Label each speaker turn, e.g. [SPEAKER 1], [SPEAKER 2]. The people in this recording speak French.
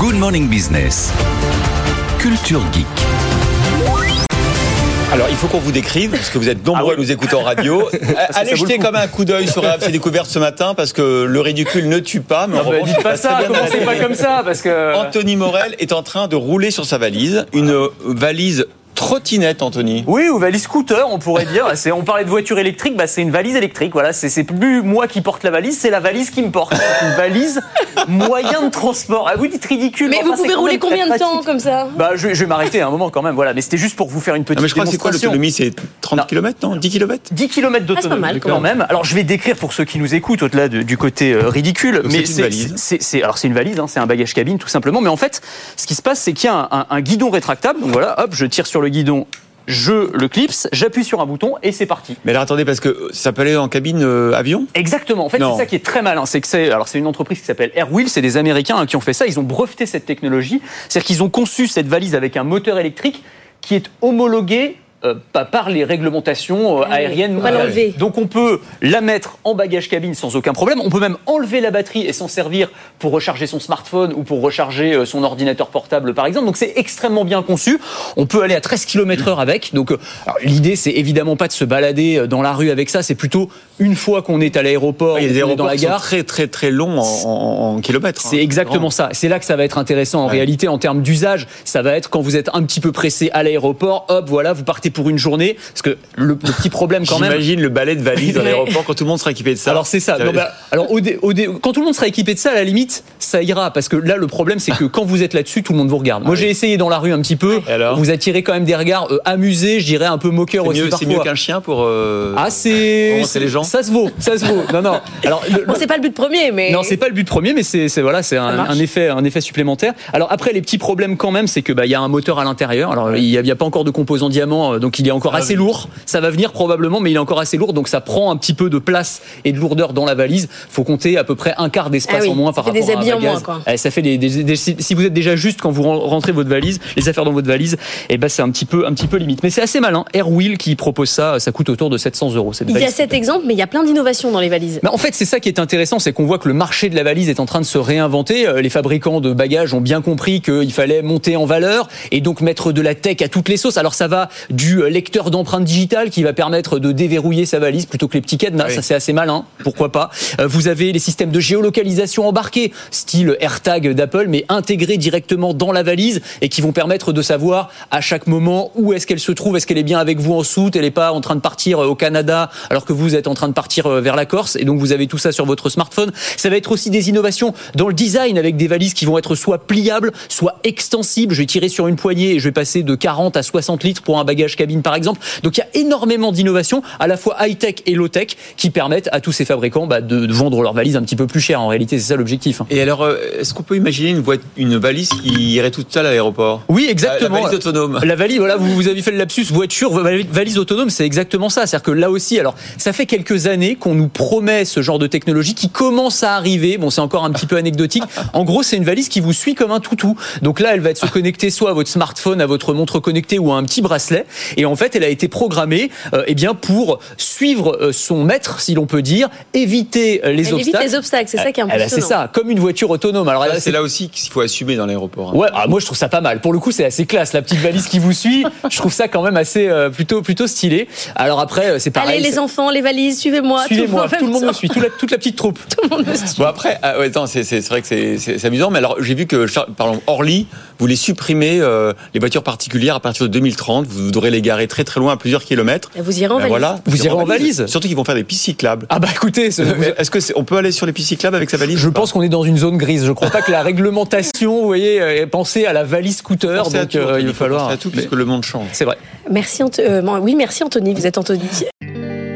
[SPEAKER 1] Good Morning Business. Culture Geek.
[SPEAKER 2] Alors, il faut qu'on vous décrive, parce que vous êtes nombreux
[SPEAKER 3] Ah oui.
[SPEAKER 2] à nous écouter en radio. Euh, Allez
[SPEAKER 3] vaut le
[SPEAKER 2] jeter
[SPEAKER 3] coup.
[SPEAKER 2] quand même un coup d'œil sur Réhab, ses découvertes ce matin, parce que le ridicule ne tue pas, mais en
[SPEAKER 3] Non, bah,
[SPEAKER 2] revanche,
[SPEAKER 3] dites
[SPEAKER 2] il
[SPEAKER 3] pas
[SPEAKER 2] passe
[SPEAKER 3] ça,
[SPEAKER 2] très bien à la
[SPEAKER 3] commencez pas
[SPEAKER 2] télé.
[SPEAKER 3] comme ça, parce que.
[SPEAKER 2] Anthony Morel est en train de rouler sur sa valise, une euh, valise trottinette, Anthony.
[SPEAKER 3] Oui, ou valise scooter, on pourrait dire. C'est, on parlait de voiture électrique, bah, c'est une valise électrique. Voilà, c'est, c'est plus moi qui porte la valise, c'est la valise qui me porte. C'est une valise moyen de transport. Ah, vous dites ridicule.
[SPEAKER 4] Mais
[SPEAKER 3] enfin,
[SPEAKER 4] vous
[SPEAKER 3] c'est
[SPEAKER 4] pouvez
[SPEAKER 3] quand
[SPEAKER 4] rouler
[SPEAKER 3] même très
[SPEAKER 4] combien de temps
[SPEAKER 3] pratique.
[SPEAKER 4] comme ça
[SPEAKER 3] Bah, je, je vais m'arrêter à un moment quand même. Voilà, mais c'était juste pour vous faire une petite
[SPEAKER 2] Non, mais je crois que c'est quoi
[SPEAKER 3] démonstration.
[SPEAKER 2] l'autonomie C'est 30
[SPEAKER 3] Non.
[SPEAKER 2] km, non 10 km
[SPEAKER 3] 10 km
[SPEAKER 4] Ah, c'est pas
[SPEAKER 3] d'autonomie
[SPEAKER 4] mal,
[SPEAKER 3] quand même. Alors je vais décrire pour ceux qui nous écoutent au-delà de- du côté euh, ridicule.
[SPEAKER 2] Donc, c'est une valise.
[SPEAKER 3] c'est- c'est- alors c'est une valise, hein, c'est un bagage cabine tout simplement. Mais en fait, ce qui se passe, c'est qu'il y a un, un- un guidon rétractable. Donc voilà, hop, je tire sur le guidon, je le clipse, j'appuie sur un bouton et c'est parti.
[SPEAKER 2] Mais alors attendez, parce que ça peut aller en cabine euh, avion
[SPEAKER 3] Exactement. En fait,
[SPEAKER 2] Non.
[SPEAKER 3] c'est ça qui est très malin. C'est que c'est, alors c'est une entreprise qui s'appelle Airwheel. C'est des Américains hein, qui ont fait ça. Ils ont breveté cette technologie. C'est-à-dire qu'ils ont conçu cette valise avec un moteur électrique qui est homologué. euh, pas par les réglementations euh,
[SPEAKER 4] Ah oui,
[SPEAKER 3] aériennes.
[SPEAKER 4] on va l'enlever.
[SPEAKER 3] Donc on peut la mettre en bagage cabine sans aucun problème. On peut même enlever la batterie et s'en servir pour recharger son smartphone ou pour recharger euh, son ordinateur portable par exemple. Donc c'est extrêmement bien conçu. On peut aller à 13 km heure avec. Donc euh, alors, l'idée c'est évidemment pas de se balader euh, dans la rue avec ça. C'est plutôt une fois qu'on est à l'aéroport,
[SPEAKER 2] Il y a des
[SPEAKER 3] qu'on est
[SPEAKER 2] aéroports
[SPEAKER 3] dans la
[SPEAKER 2] qui sont
[SPEAKER 3] gare.
[SPEAKER 2] très très très longs en, en- en kilomètres. hein.
[SPEAKER 3] C'est exactement ça. C'est là que ça va être intéressant en
[SPEAKER 2] Ouais.
[SPEAKER 3] réalité en termes d'usage. Ça va être quand vous êtes un petit peu pressé à l'aéroport, hop, voilà, vous partez pour une journée. Parce que le, le petit problème quand même.
[SPEAKER 2] J'imagine le balai de valise dans
[SPEAKER 3] Mais-
[SPEAKER 2] l'aéroport quand tout le monde sera équipé de ça.
[SPEAKER 3] Alors c'est ça. Non,
[SPEAKER 2] va-
[SPEAKER 3] bah, alors au dé- au dé- quand tout le monde sera équipé de ça, à la limite, ça ira parce que là le problème c'est que quand vous êtes là-dessus, tout le monde vous regarde. Moi
[SPEAKER 2] Ah
[SPEAKER 3] j'ai
[SPEAKER 2] oui.
[SPEAKER 3] essayé dans la rue un petit peu.
[SPEAKER 2] Et alors
[SPEAKER 3] vous attirez quand même des regards euh, amusés, je dirais un peu moqueurs
[SPEAKER 2] c'est
[SPEAKER 3] aussi
[SPEAKER 2] mieux, c'est
[SPEAKER 3] parfois.
[SPEAKER 2] mieux qu'un chien pour. euh,
[SPEAKER 3] ah c'est
[SPEAKER 2] Comment c'est les gens
[SPEAKER 3] ça se vaut, ça se vaut. Non non. Alors le-
[SPEAKER 4] Bon, c'est pas le but premier, mais.
[SPEAKER 3] non, c'est pas le but premier, mais c'est c'est- voilà, c'est un,
[SPEAKER 4] marche.
[SPEAKER 3] un effet, un effet supplémentaire. Alors après, les petits problèmes quand même, c'est que bah il y a un moteur à l'intérieur. Alors il n'y a, il y a pas encore de composant diamant, euh, donc il est encore assez lourd. Ça va venir probablement, mais il est encore assez lourd, donc ça prend un petit peu de place et de lourdeur dans la valise. Faut compter à peu près un quart d'espace
[SPEAKER 4] Ah oui,
[SPEAKER 3] en moins
[SPEAKER 4] ça
[SPEAKER 3] par
[SPEAKER 4] fait
[SPEAKER 3] rapport
[SPEAKER 4] des
[SPEAKER 3] à un
[SPEAKER 4] habits en
[SPEAKER 3] bagage.
[SPEAKER 4] moins, quoi.
[SPEAKER 3] Eh, ça fait des, des- des- si si vous êtes déjà juste quand vous ren- rentrez votre valise, les affaires dans votre valise, et ben c'est un petit peu, un petit peu limite. Mais c'est assez malin. Airwheel qui propose ça, ça coûte autour de 700 euros. cette
[SPEAKER 4] Il y a
[SPEAKER 3] valise.
[SPEAKER 4] cet exemple, mais il y a plein d'innovations dans les valises.
[SPEAKER 3] Bah, en fait, c'est ça qui est intéressant, c'est qu'on voit que le marché de la valise est en train de se réinventer. Euh, Les fabricants de bagages ont bien compris qu'il fallait monter en valeur et donc mettre de la tech à toutes les sauces. Alors ça va du euh, lecteur d'empreintes digitales qui va permettre de déverrouiller sa valise plutôt que les petits cadenas.
[SPEAKER 2] Oui.
[SPEAKER 3] Ça c'est assez malin, pourquoi pas. Euh, Vous avez les systèmes de géolocalisation embarqués, style AirTag d'Apple, mais intégrés directement dans la valise et qui vont permettre de savoir à chaque moment où est-ce qu'elle se trouve, est-ce qu'elle est bien avec vous en soute, elle n'est pas en train de partir euh, au Canada alors que vous êtes en train de partir euh, vers la Corse et donc vous avez tout ça sur votre smartphone. Ça va être aussi des innovations dans le design avec des valises qui vont être soit pliables, soit extensibles. Je vais tirer sur une poignée et je vais passer de 40 à 60 litres pour un bagage cabine par exemple. Donc il y a énormément d'innovations à la fois high-tech et low-tech qui permettent à tous ces fabricants bah, de de vendre leurs valises un petit peu plus cher. En réalité, c'est ça l'objectif. hein.
[SPEAKER 2] Et alors, euh, est-ce qu'on peut imaginer une, voit- une valise qui irait toute seule à l'aéroport
[SPEAKER 3] Oui,
[SPEAKER 2] La
[SPEAKER 3] exactement.
[SPEAKER 2] valise autonome.
[SPEAKER 3] La valise, voilà, vous, vous avez fait le lapsus voiture, val- valise autonome, c'est exactement ça. C'est-à-dire que là aussi, alors, ça fait quelques années qu'on nous promet ce genre de technologie qui commence à arriver. Bon, c'est encore un petit peu anecdotique. En gros, c'est une valise qui vous suit comme un toutou. Donc là, elle va être se connecter soit à votre smartphone, à votre montre connectée ou à un petit bracelet. Et en fait, elle a été programmée, euh, eh bien, pour suivre euh, son maître, si l'on peut dire, éviter euh, les
[SPEAKER 4] Elle évite
[SPEAKER 3] obstacles.
[SPEAKER 4] les obstacles, c'est ça qui est
[SPEAKER 3] Ah, bah,
[SPEAKER 4] impressionnant.
[SPEAKER 3] c'est ça, comme une voiture autonome. Alors,
[SPEAKER 2] Ah,
[SPEAKER 3] elle-
[SPEAKER 2] C'est là aussi qu'il faut assumer dans l'aéroport. hein.
[SPEAKER 3] Ouais, ah, moi je trouve ça pas mal. Pour le coup, c'est assez classe. La petite valise qui vous suit, je trouve ça quand même assez euh, plutôt plutôt stylé. Alors après, euh, c'est pareil.
[SPEAKER 4] Allez, les
[SPEAKER 3] c'est-
[SPEAKER 4] enfants, les valises, suivez-moi.
[SPEAKER 3] Suivez-moi, tout le monde me
[SPEAKER 4] me
[SPEAKER 3] suit, toute la, toute la petite troupe.
[SPEAKER 4] Tout le monde me suit.
[SPEAKER 2] Bon après, ah, ouais, attends, c'est c'est- c'est vrai que c'est- c'est c'est amusant, mais alors j'ai vu que, Char- pardon, Orly voulait supprimer euh, les voitures particulières à partir de 2030. Vous devrez les garer très très loin, à plusieurs kilomètres.
[SPEAKER 4] Vous irez en
[SPEAKER 2] Ben
[SPEAKER 4] valise.
[SPEAKER 2] voilà,
[SPEAKER 3] Vous irez en valise.
[SPEAKER 2] Surtout qu'ils vont faire des pistes cyclables.
[SPEAKER 3] Ah bah écoutez, ce-
[SPEAKER 2] Euh, Est-ce que c'est- on peut aller sur les pistes cyclables avec sa valise
[SPEAKER 3] je
[SPEAKER 2] ou pas
[SPEAKER 3] pense qu'on est dans une zone grise. Je crois pas que la réglementation, vous voyez, euh, est pensée à la valise scooter.
[SPEAKER 2] Pensez à
[SPEAKER 3] donc
[SPEAKER 2] tout,
[SPEAKER 3] euh,
[SPEAKER 2] Anthony,
[SPEAKER 3] il va
[SPEAKER 2] faut penser
[SPEAKER 3] falloir.
[SPEAKER 2] à tout, puisque le monde change.
[SPEAKER 3] C'est vrai.
[SPEAKER 4] Merci, Anto- euh, bon, oui, merci Anthony, vous êtes Anthony.